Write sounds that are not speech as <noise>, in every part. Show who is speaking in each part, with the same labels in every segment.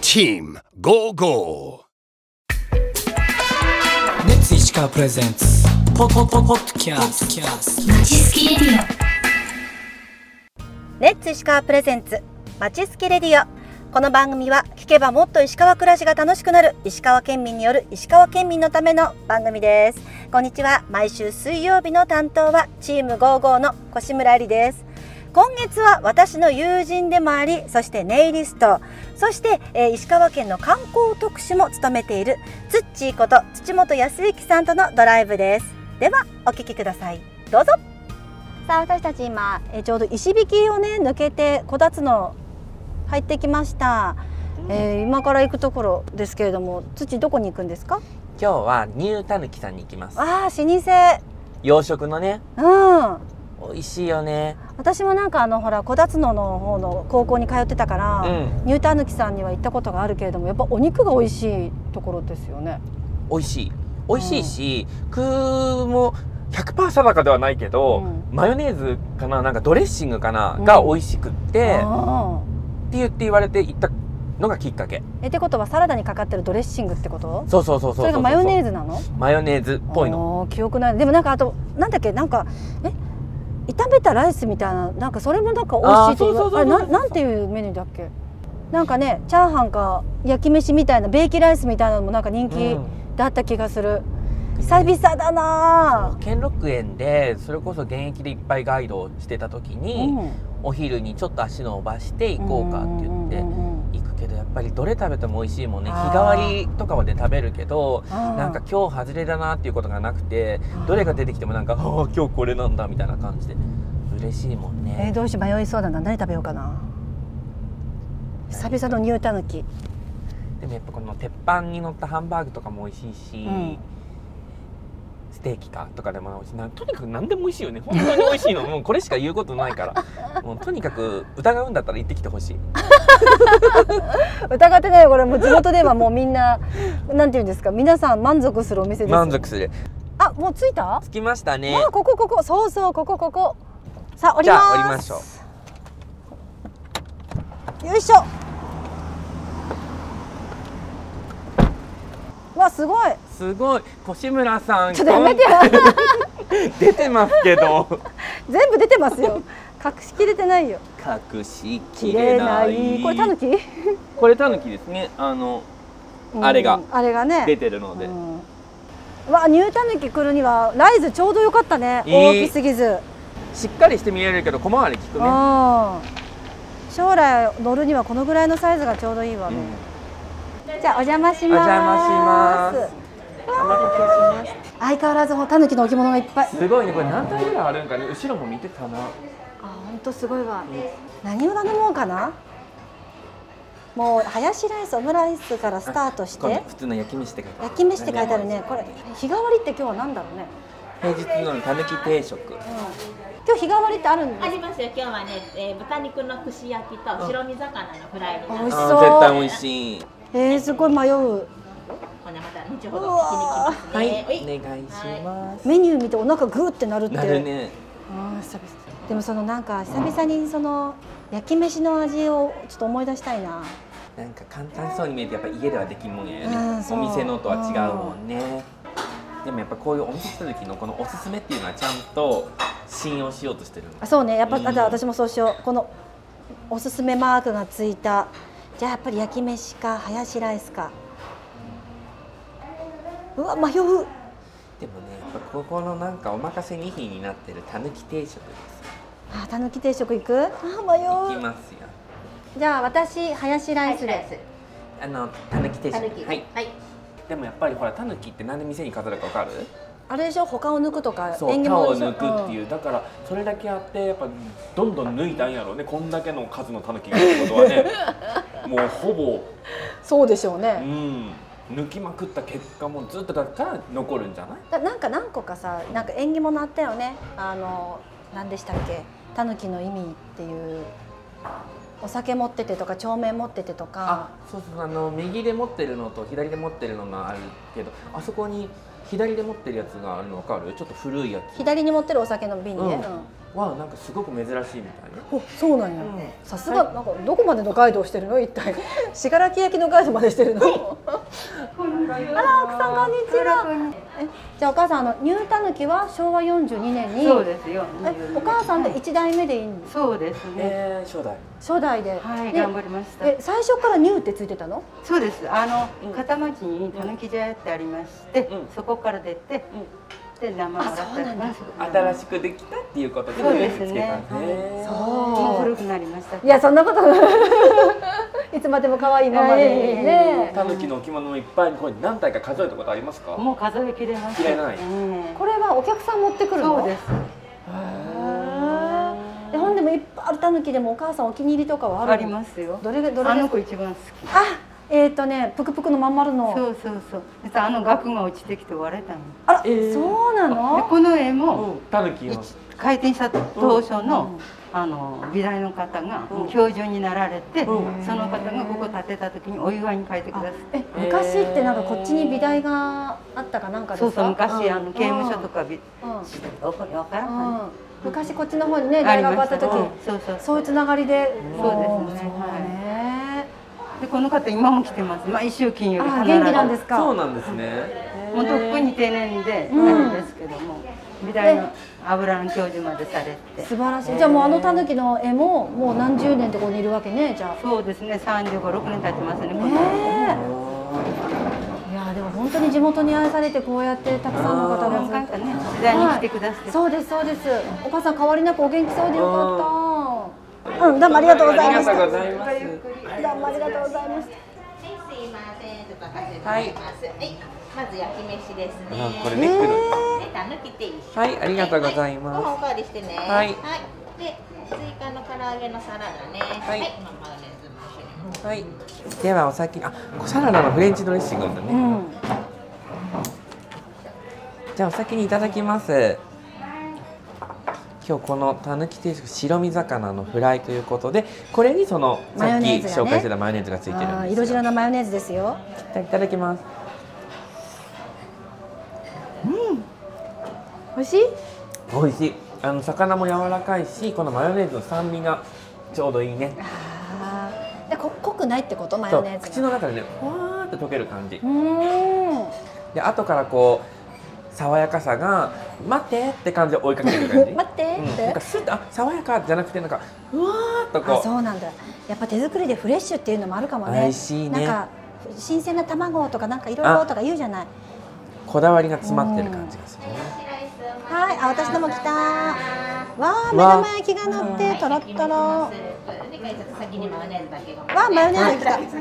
Speaker 1: Team Go Go!
Speaker 2: レッツ石川プレゼンツポポポポッドキャスト
Speaker 3: レッツ石川プレゼンツまちすけレディオこの番組は聞けばもっと石川暮らしが楽しくなる石川県民による石川県民のための番組ですこんにちは毎週水曜日の担当はチーム55の越村理です今月は私の友人でもありそしてネイリストそして、えー石川県の観光特使も務めているツッチーこと土本康之さんとのドライブですではお聞きくださいどうぞさあ私たち今えーちょうど石引きをね抜けてこたつの入ってきました、えー今から行くところですけれども土どこに行くんですか
Speaker 4: 今日はニュータヌキさんに行きます
Speaker 3: ああ
Speaker 4: 洋食のね
Speaker 3: 老舗うん
Speaker 4: 美味しいよね
Speaker 3: 私もなんかあのほらこたつのの方の高校に通ってたから、
Speaker 4: うん
Speaker 3: ニュータヌキさんには行ったことがあるけれどもやっぱお肉が美味しいところですよね
Speaker 4: 美味しい美味しいし、具も100%定かではないけど、
Speaker 3: う
Speaker 4: マヨネーズかななんかドレッシングかな、
Speaker 3: うん
Speaker 4: が美味しくって
Speaker 3: あ
Speaker 4: って言って言われて行ったのがきっかけ
Speaker 3: ーえってことはサラダにかかってるドレッシングってこと
Speaker 4: そうそうそうそう
Speaker 3: それがマヨネー
Speaker 4: ズ
Speaker 3: ズなの
Speaker 4: マヨネーズっぽいの
Speaker 3: あー記憶ないでもなんかあとなんだっけなんかえ炒めたライスみたいななんかそれもなんか美味しいと
Speaker 4: あーそうそうそうそう
Speaker 3: あれなんなんていうメニューだっけなんかねチャーハンか焼き飯みたいなベーキライスみたいなのもなんか人気だった気がする、久々だな
Speaker 4: 兼六園でそれこそ現役でいっぱいガイドをしてた時
Speaker 3: ぁ
Speaker 4: に、お昼にちょっと足伸ばして行こうかって言って、
Speaker 3: うんうんうんうん
Speaker 4: 行くけどやっぱりどれ食べても美味しいもんね日
Speaker 3: あー
Speaker 4: 替わりとかはで食べるけど
Speaker 3: あー
Speaker 4: なんか今日外れだなっていうことがなくて
Speaker 3: あー
Speaker 4: どれが出てきてもなんか「あ <laughs> ー今日これなんだ」みたいな感じで嬉しいもん
Speaker 3: えー
Speaker 4: ね、
Speaker 3: どうしよう迷いそうだな何食べようかな久々のニュータヌ
Speaker 4: <laughs>
Speaker 3: キ
Speaker 4: でもやっぱこの鉄板に乗ったハンバーグとかも美味しいし、
Speaker 3: うん
Speaker 4: ステーキかとかでも美味しいなとにかく何でも美味しいよね本当に美味し
Speaker 3: <laughs>
Speaker 4: いのもうこれしか言うことないからもうとにかく疑うんだったら行ってきてほしい
Speaker 3: 疑ってないよこれもう地元ではもうみんななんていうんですか皆さん満足するお店です
Speaker 4: 満足する
Speaker 3: あもう着いた
Speaker 4: 着きましたね
Speaker 3: あここここそうそうここここさあ降り
Speaker 4: じゃあ降り
Speaker 3: ま
Speaker 4: ますしょう
Speaker 3: よいしょわすごい
Speaker 4: すごい越村さん
Speaker 3: ちょっとや
Speaker 4: <laughs>
Speaker 3: めてよ
Speaker 4: 出てますけど
Speaker 3: 全部出てますよ隠しきれてないよ
Speaker 4: 隠しき
Speaker 3: 切
Speaker 4: れ
Speaker 3: れ
Speaker 4: な
Speaker 3: ないいこれタヌキ
Speaker 4: これタヌキですねあの <laughs> あれが
Speaker 3: うんあれがね
Speaker 4: 出てるので、
Speaker 3: うんわニュータヌキ来るにはライズちょうど良かったね、
Speaker 4: いい
Speaker 3: 大きすぎず、
Speaker 4: しっかりして見えるけど小回り効くね、
Speaker 3: うん将来乗るにはこのぐらいのサイズがちょうどいいわ
Speaker 4: う
Speaker 3: ね、
Speaker 4: ん、
Speaker 3: じゃあお邪魔します
Speaker 4: お邪魔しますお待たせしま
Speaker 3: 相変わらずタヌキの置物がいっぱい
Speaker 4: すすごいねこれ何体ぐらいあるんかね後ろも見てたな
Speaker 3: あ本当すごいわ、何を頼もうかなもうハヤシライスオムライスからスタートし
Speaker 4: これ
Speaker 3: て
Speaker 4: 普通の焼き飯って書いてある
Speaker 3: 焼き飯って書いてあるねこれ日替わりって今日は何だろうね、
Speaker 4: 平日のタヌキ定食
Speaker 3: うん、今日日替わりってあるんで
Speaker 5: あ
Speaker 3: す
Speaker 5: りますよ、今日はね、えー豚肉の串焼きと白身魚のフライにな
Speaker 3: 美味
Speaker 5: る
Speaker 3: し
Speaker 5: の
Speaker 3: そう
Speaker 4: あー絶対美味しい
Speaker 3: えー、すごい迷う
Speaker 5: こんなまた後ほど聞きに来ますね。
Speaker 4: はい
Speaker 5: おい
Speaker 4: お願いします
Speaker 3: メニュー見てお腹グーってなるって
Speaker 4: なるね
Speaker 3: あー久々でもそのなんか久々にその焼き飯の味をちょっと思い出したいな
Speaker 4: なんか簡単そうに見えてやっぱ家ではできんもんやよね、
Speaker 3: うんそう
Speaker 4: お店のとは違うもんね、でもやっぱこういうお店来た時のこのおすすめっていうのはちゃんと信用しようとしてるの
Speaker 3: あそうねやっぱ、
Speaker 4: うん
Speaker 3: あじゃあ私もそうしようこのおすすめマークがついたじゃあやっぱり焼き飯かハヤシライスかうわ迷う
Speaker 4: でもねやっぱここのなんかお任せ2品になってるたぬき定食です
Speaker 3: あたぬき定食行くあ
Speaker 4: い
Speaker 3: ー迷
Speaker 4: き
Speaker 3: う
Speaker 4: ますよ
Speaker 3: じゃあ私ハヤシライスで、
Speaker 4: あのたぬき定食
Speaker 5: 歩き
Speaker 4: はい
Speaker 5: はい。
Speaker 4: でもやっぱりほらたぬきって何で店に飾るかわかる
Speaker 3: あれでしょ他を抜くとか
Speaker 4: そう
Speaker 3: 起
Speaker 4: 他を
Speaker 3: でしょ
Speaker 4: 抜くっていう、だからそれだけあってやっぱどんどん抜いたんやろうねこんだけの数のたぬきがいるってことは
Speaker 3: <laughs>
Speaker 4: ねもうほぼ
Speaker 3: うんそうでしょうね、
Speaker 4: うん、抜きまくった結果もずっとだから残るんじゃない
Speaker 3: だなんか何個かさなんか縁起物あったよねあの何でしたっけタヌキの意味っていうお酒持っててとか帳面持っててと
Speaker 4: あ
Speaker 3: か
Speaker 4: そうそうあの右で持ってるのと左で持ってるのがあるけどあそこに左で持ってるやつがあるの分かるちょっと古いやつ
Speaker 3: 左に持ってるお酒の瓶ね、
Speaker 4: うん
Speaker 3: うん
Speaker 4: はなんかすごく珍しいみたいな
Speaker 3: おそうなんや、
Speaker 4: うん
Speaker 3: さすがなんかどこまでのガイドをしてるの一体信楽焼のガイドまでしてるのあら奥さんこんにちはえじゃあお母さんあのニュータヌキは昭和42年に
Speaker 6: そうですよ。
Speaker 3: えお母さんで一代目でいいんです
Speaker 6: そうですね。
Speaker 4: えー、初代
Speaker 3: 初代で、
Speaker 6: はい、
Speaker 3: で
Speaker 6: 頑張りました。
Speaker 3: え最初からニューってついてたの
Speaker 6: そうです。あの片町にたぬき茶屋ってありまして、
Speaker 4: うん
Speaker 6: そこから出て、で名前を
Speaker 3: あそうなんだ
Speaker 4: 新しくできたっていうことで
Speaker 6: そうですね
Speaker 4: つけたんですね
Speaker 6: はい
Speaker 4: そう
Speaker 6: もう古くなりました。
Speaker 3: い <laughs> やそんなこといつまでも可愛いままでね、
Speaker 4: タヌキの置物いっぱいにこれ何体か数えたことありますか
Speaker 6: もう数えきれません。
Speaker 4: 切れない
Speaker 6: ええ
Speaker 3: これはお客さん持ってくるの
Speaker 6: そうです。
Speaker 3: でほんでもいっぱいあるたぬきでもお母さんお気に入りとかはある
Speaker 6: ありますよ。
Speaker 3: どれがどれ
Speaker 6: あ
Speaker 3: が
Speaker 6: の子一番好き。
Speaker 3: あ、えっ、とね、ぷくぷくのまん丸の。
Speaker 6: そうそうそう。実はあの額が落ちてきて割れたの。
Speaker 3: あら、
Speaker 4: えー
Speaker 3: そうな
Speaker 6: で
Speaker 3: の。
Speaker 6: この絵も
Speaker 4: タヌキの
Speaker 6: 開店した当初の、あの美大の方がもう教授になられて、
Speaker 4: う
Speaker 6: その方がここ建てた時にお祝いに書いてくださっ
Speaker 3: え、昔ってなんかこっちに美大があったかなんか
Speaker 6: た。
Speaker 3: ですか。
Speaker 6: そうそう昔、
Speaker 3: ん
Speaker 6: あの刑務所と。かび、
Speaker 3: うんうん
Speaker 6: おこわからん
Speaker 3: うん昔こっちの方にね、
Speaker 6: あ
Speaker 3: 大
Speaker 6: りま
Speaker 3: 学あ
Speaker 6: し
Speaker 3: ったた時、
Speaker 6: ねそうそう
Speaker 3: そういうつながりで。
Speaker 6: そうですね
Speaker 3: もそうね。
Speaker 6: でこの方今も来てます毎週金曜日
Speaker 3: あ、元気なんですか。
Speaker 4: そうなんですね
Speaker 6: もうとっくに定年で
Speaker 3: うん
Speaker 6: あれですけども、美大の油の教授までされて
Speaker 3: 素晴らしい。じゃあもうあのたぬきの絵ももう何十年ってここにいるわけね、じゃあ。
Speaker 6: そうですね356年経ちますねこの
Speaker 3: ねえいやでも本当に地元に愛されてこうやってたくさんの方が
Speaker 6: 何回かね時代に来てくださって、
Speaker 3: そうですそうですお母さん変わりなくお元気そうでよかったうんどうもありがとうございました
Speaker 4: あり
Speaker 3: ど
Speaker 4: がと
Speaker 3: う
Speaker 4: うございます
Speaker 3: もありがとうございました
Speaker 5: すいませんとかせてもらいます。はい、まず焼き飯ですね。
Speaker 4: あこれ
Speaker 5: で、
Speaker 4: で来る
Speaker 5: たぬきていい。
Speaker 4: はいありがとうございます
Speaker 5: はご飯おかわりしてね。
Speaker 4: はい
Speaker 5: で、追加の唐揚げのサラダね。はいママレーズも一緒に。
Speaker 4: はいではお先あサラダのフレンチドレッシングだね、じゃあお先にいただきます今日このたぬき定食白身魚のフライということでこれにそのさ
Speaker 3: マヨ
Speaker 4: っき
Speaker 3: ネーズがね
Speaker 4: 紹介してたマヨネーズがついてるんです
Speaker 3: あ
Speaker 4: よ
Speaker 3: ー色白のマヨネーズですよ
Speaker 4: じゃあいただきます
Speaker 3: 美味しい
Speaker 4: 美味しいあの魚も柔らかいしこのマヨネーズの酸味がちょうどいいね
Speaker 3: あーでこ濃くないってことマ
Speaker 4: そ
Speaker 3: ヨ
Speaker 4: う
Speaker 3: ネーズ
Speaker 4: 口の中でねふわーって溶ける感じ
Speaker 3: うーん
Speaker 4: で後からこう爽やかさが「待って!」って感じで追いかけてくる感じ
Speaker 3: <laughs> 待って
Speaker 4: うん
Speaker 3: っ
Speaker 4: なん
Speaker 3: て
Speaker 4: かスッとあ爽やかじゃなくてなんかうわーっと
Speaker 3: あ
Speaker 4: こう
Speaker 3: そうなんだやっぱ手作りでフレッシュっていうのもあるかもね
Speaker 4: 美味しいね
Speaker 3: なんか新鮮な卵とかなんかいろいろとか言うじゃない
Speaker 4: こだわりが詰まってる感じがするね
Speaker 3: はいあ私のも来たわあ目
Speaker 4: わあ
Speaker 3: 玉焼きが乗ってとろっとろわ
Speaker 5: で、ちょっと先にマヨネーズだけが。
Speaker 3: あマヨネーズが来た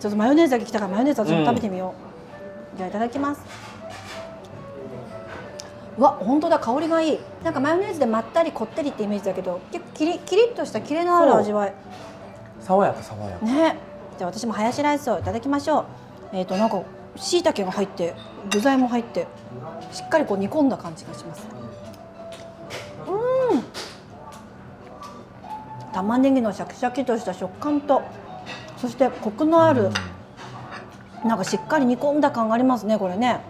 Speaker 3: ちょっとマヨネーズだけ来たからマヨネーズ私も食べてみよう、じゃあいただきますうわ本当だ香りがいいなんかマヨネーズでまったりこってりってイメージだけど結構キリキリっとしたキレのある味わい
Speaker 4: 爽やか爽やか
Speaker 3: ねじゃあ私もハヤシライスをいただきましょうえっ、となんか椎茸が入って具材も入ってしっかりこう煮込んだ感じがしますうん玉ねぎのシャキシャキとした食感とそしてコクのあるなんかしっかり煮込んだ感がありますねこれね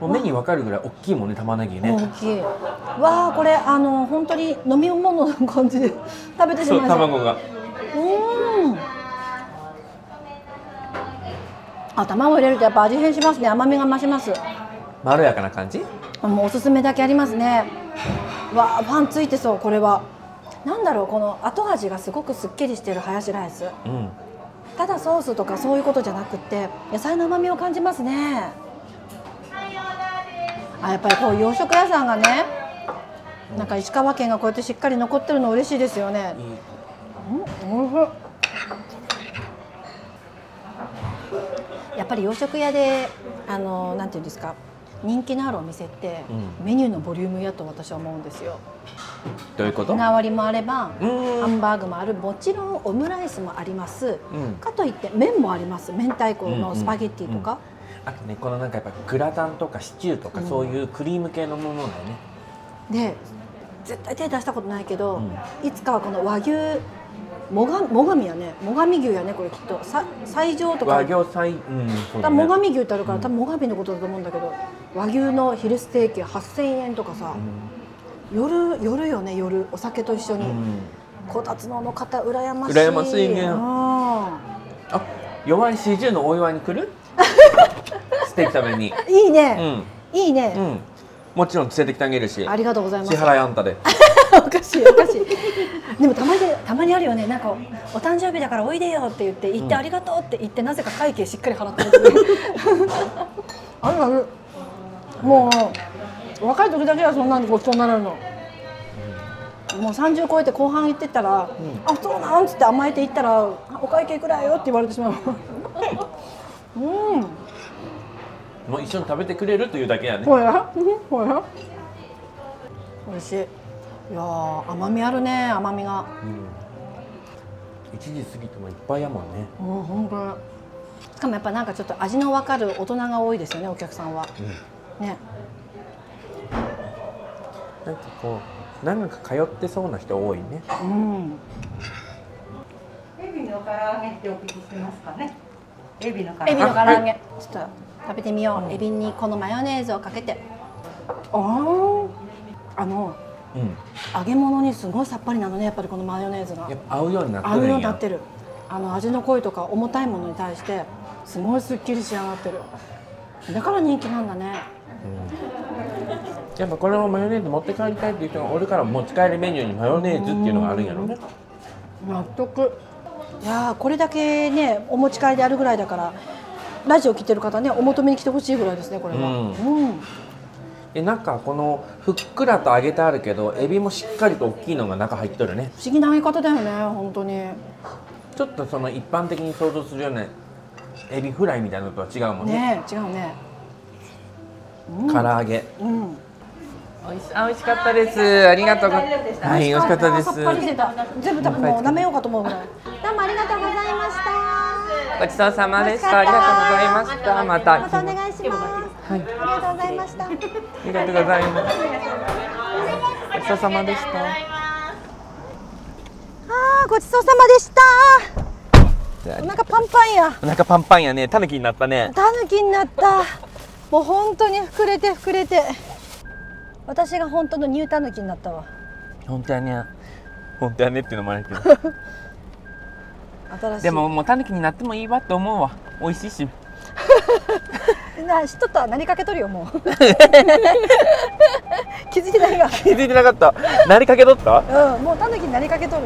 Speaker 4: もう目に分かるぐらい大きいもんね玉ねぎ
Speaker 3: 大
Speaker 4: ね
Speaker 3: きいわあこれあの本当に飲み物の感じで食べてし
Speaker 4: そ
Speaker 3: まいうました
Speaker 4: 卵が
Speaker 3: うん。あ、卵入れるとやっぱ味変しますね。甘みが増します。
Speaker 4: まろやかな感じ
Speaker 3: もうおすすめだけありますね。わあ、パンついてそうこれは。なんだろうこの後味がすごくすっきりしてるハヤシライス。
Speaker 4: うん
Speaker 3: ただソースとかそういうことじゃなくって野菜の旨味を感じますね。あ、やっぱりこう洋食屋さんがね。なんか石川県がこうやってしっかり残ってるの嬉しいですよね。
Speaker 4: いい
Speaker 3: やっぱり洋食屋であのなんていうんですか人気のあるお店って、
Speaker 4: う
Speaker 3: メニューのボリュームやと私は思うんですよ。
Speaker 4: どういうこと
Speaker 3: 縄割りもあれば
Speaker 4: うーん
Speaker 3: ハンバーグもあるもちろんオムライスもあります、
Speaker 4: うん
Speaker 3: かといって麺もあります明太子のスパゲッティとか、
Speaker 4: あとねこのなんかやっぱグラタンとかシチューとかそういうクリーム系のものだよね
Speaker 3: で絶対手出したことないけど、
Speaker 4: うん
Speaker 3: いつかはこの和牛もがもがみやねもがみ牛やねこれきっとさ最上とか
Speaker 4: 和牛祭うんそう
Speaker 3: 多
Speaker 4: だ
Speaker 3: 分
Speaker 4: ね
Speaker 3: もがみ牛ってあるから、
Speaker 4: うん
Speaker 3: 多分もがみのことだと思うんだけど和牛のヒルステーキ8000円とかさ、夜夜よね夜お酒と一緒
Speaker 4: う
Speaker 3: に、
Speaker 4: んうん
Speaker 3: こたつのあの方羨ましい
Speaker 4: 羨ましいね
Speaker 3: うん
Speaker 4: あ弱い四十のお祝いに
Speaker 3: <laughs>
Speaker 4: 来るステーキ食べに
Speaker 3: いいね、
Speaker 4: う
Speaker 3: いいね
Speaker 4: ん、、うん、もちろん連れてきてあげるし
Speaker 3: ありがとうございます
Speaker 4: 支払いあんたで
Speaker 3: <laughs> おかしいおかしいでもたまにたまにあるよねなんかお誕生日だからおいでよって言って行って
Speaker 4: うん
Speaker 3: ありがとうって言ってなぜか会計しっかり払ってるっていう <laughs> あるあるもう若い時だけはそんなにごちそうになられるの、もう30超えて後半行ってったら「あそうなん?」っつって甘えて行ったらあ「お会計くらいよ」って言われてしまううん
Speaker 4: もう一緒に食べてくれるというだけやね
Speaker 3: <laughs> ほら <laughs> ほら美味しいいやー甘みあるね甘みが。
Speaker 4: うん一時過ぎてもいっぱいやもんね
Speaker 3: うん、本当だしかもやっぱなんかちょっと味のわかる大人が多いですよねお客さんは、ね
Speaker 4: なんかこうなんか通ってそうな人多いね
Speaker 3: うん
Speaker 6: エビの唐揚げってお聞きしてますかね。エビの唐揚げ。
Speaker 3: エビの唐揚げちょっと食べてみようエビにこのマヨネーズをかけてあーあの
Speaker 4: うん
Speaker 3: 揚げ物にすごいさっぱりなのねやっぱりこのマヨネーズが
Speaker 4: やっぱ合うようになって
Speaker 3: 合
Speaker 4: るん
Speaker 3: う
Speaker 4: や
Speaker 3: ようになってるあの味の濃いとか重たいものに対してすごいすっきり仕上がってるだから人気なんだね
Speaker 4: やっぱこれもマヨネーズ持って帰りたいっていう人がおるから持ち帰りメニューにマヨネーズっていうのがあるんやろね
Speaker 3: 納得いやーこれだけねお持ち帰りであるぐらいだからラジオ聞いてる方ねお求めに来てほしいぐらいですねこれは、
Speaker 4: うん
Speaker 3: うん
Speaker 4: でなんかこのふっくらと揚げてあるけどエビもしっかりと大きいのが中入っとるね
Speaker 3: 不思議な揚げ方だよね本当に
Speaker 4: ちょっとその一般的に想像するようなエビフライみたいなのとは違うもんね
Speaker 3: ねえ違うね
Speaker 4: 唐揚げ
Speaker 3: うん
Speaker 4: おいしあ美味しかったですありがとうございますはい美味しかったです
Speaker 3: さっぱりしてた全部多分もう舐めようかと思うぐらい
Speaker 5: どうもありがとうございました。
Speaker 4: ごちそうさまでしたありがとうございましたまた
Speaker 3: またお願いします、はい、ありがとうございました
Speaker 4: ありがとうございますごちそうさまでした
Speaker 3: あーごちそうさまでした
Speaker 4: じゃあ
Speaker 3: お腹パンパンや
Speaker 4: お腹パンパンやねタヌキになったね
Speaker 3: タヌキになったもう本当に膨れて膨れて私が本当のニュータヌキになったわ
Speaker 4: 本当やね本当やねっていうのもあるけど
Speaker 3: 新し
Speaker 4: <laughs>
Speaker 3: い
Speaker 4: でももうタヌキになってもいいわって思うわ美味しいし
Speaker 3: な知っとったなりかけとるよも
Speaker 4: <laughs>
Speaker 3: う気づいてないわ
Speaker 4: 気づいてなかったなりかけとった
Speaker 3: うんもうタヌキになりかけとる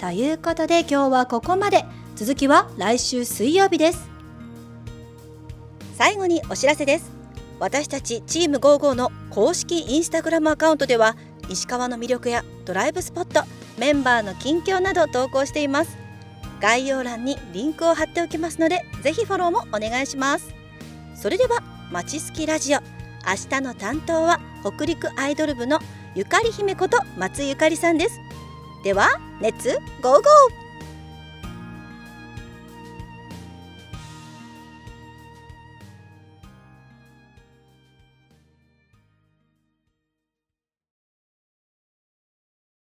Speaker 7: ということで今日はここまで続きは来週水曜日です
Speaker 3: 最後にお知らせです私たちチーム55の公式インスタグラムアカウントでは石川の魅力やドライブスポットメンバーの近況などを投稿しています概要欄にリンクを貼っておきますのでぜひフォローもお願いしますそれではまちすきラジオ明日の担当は北陸アイドル部のゆかり姫こと松井ゆかりさんですでは熱ゴーゴー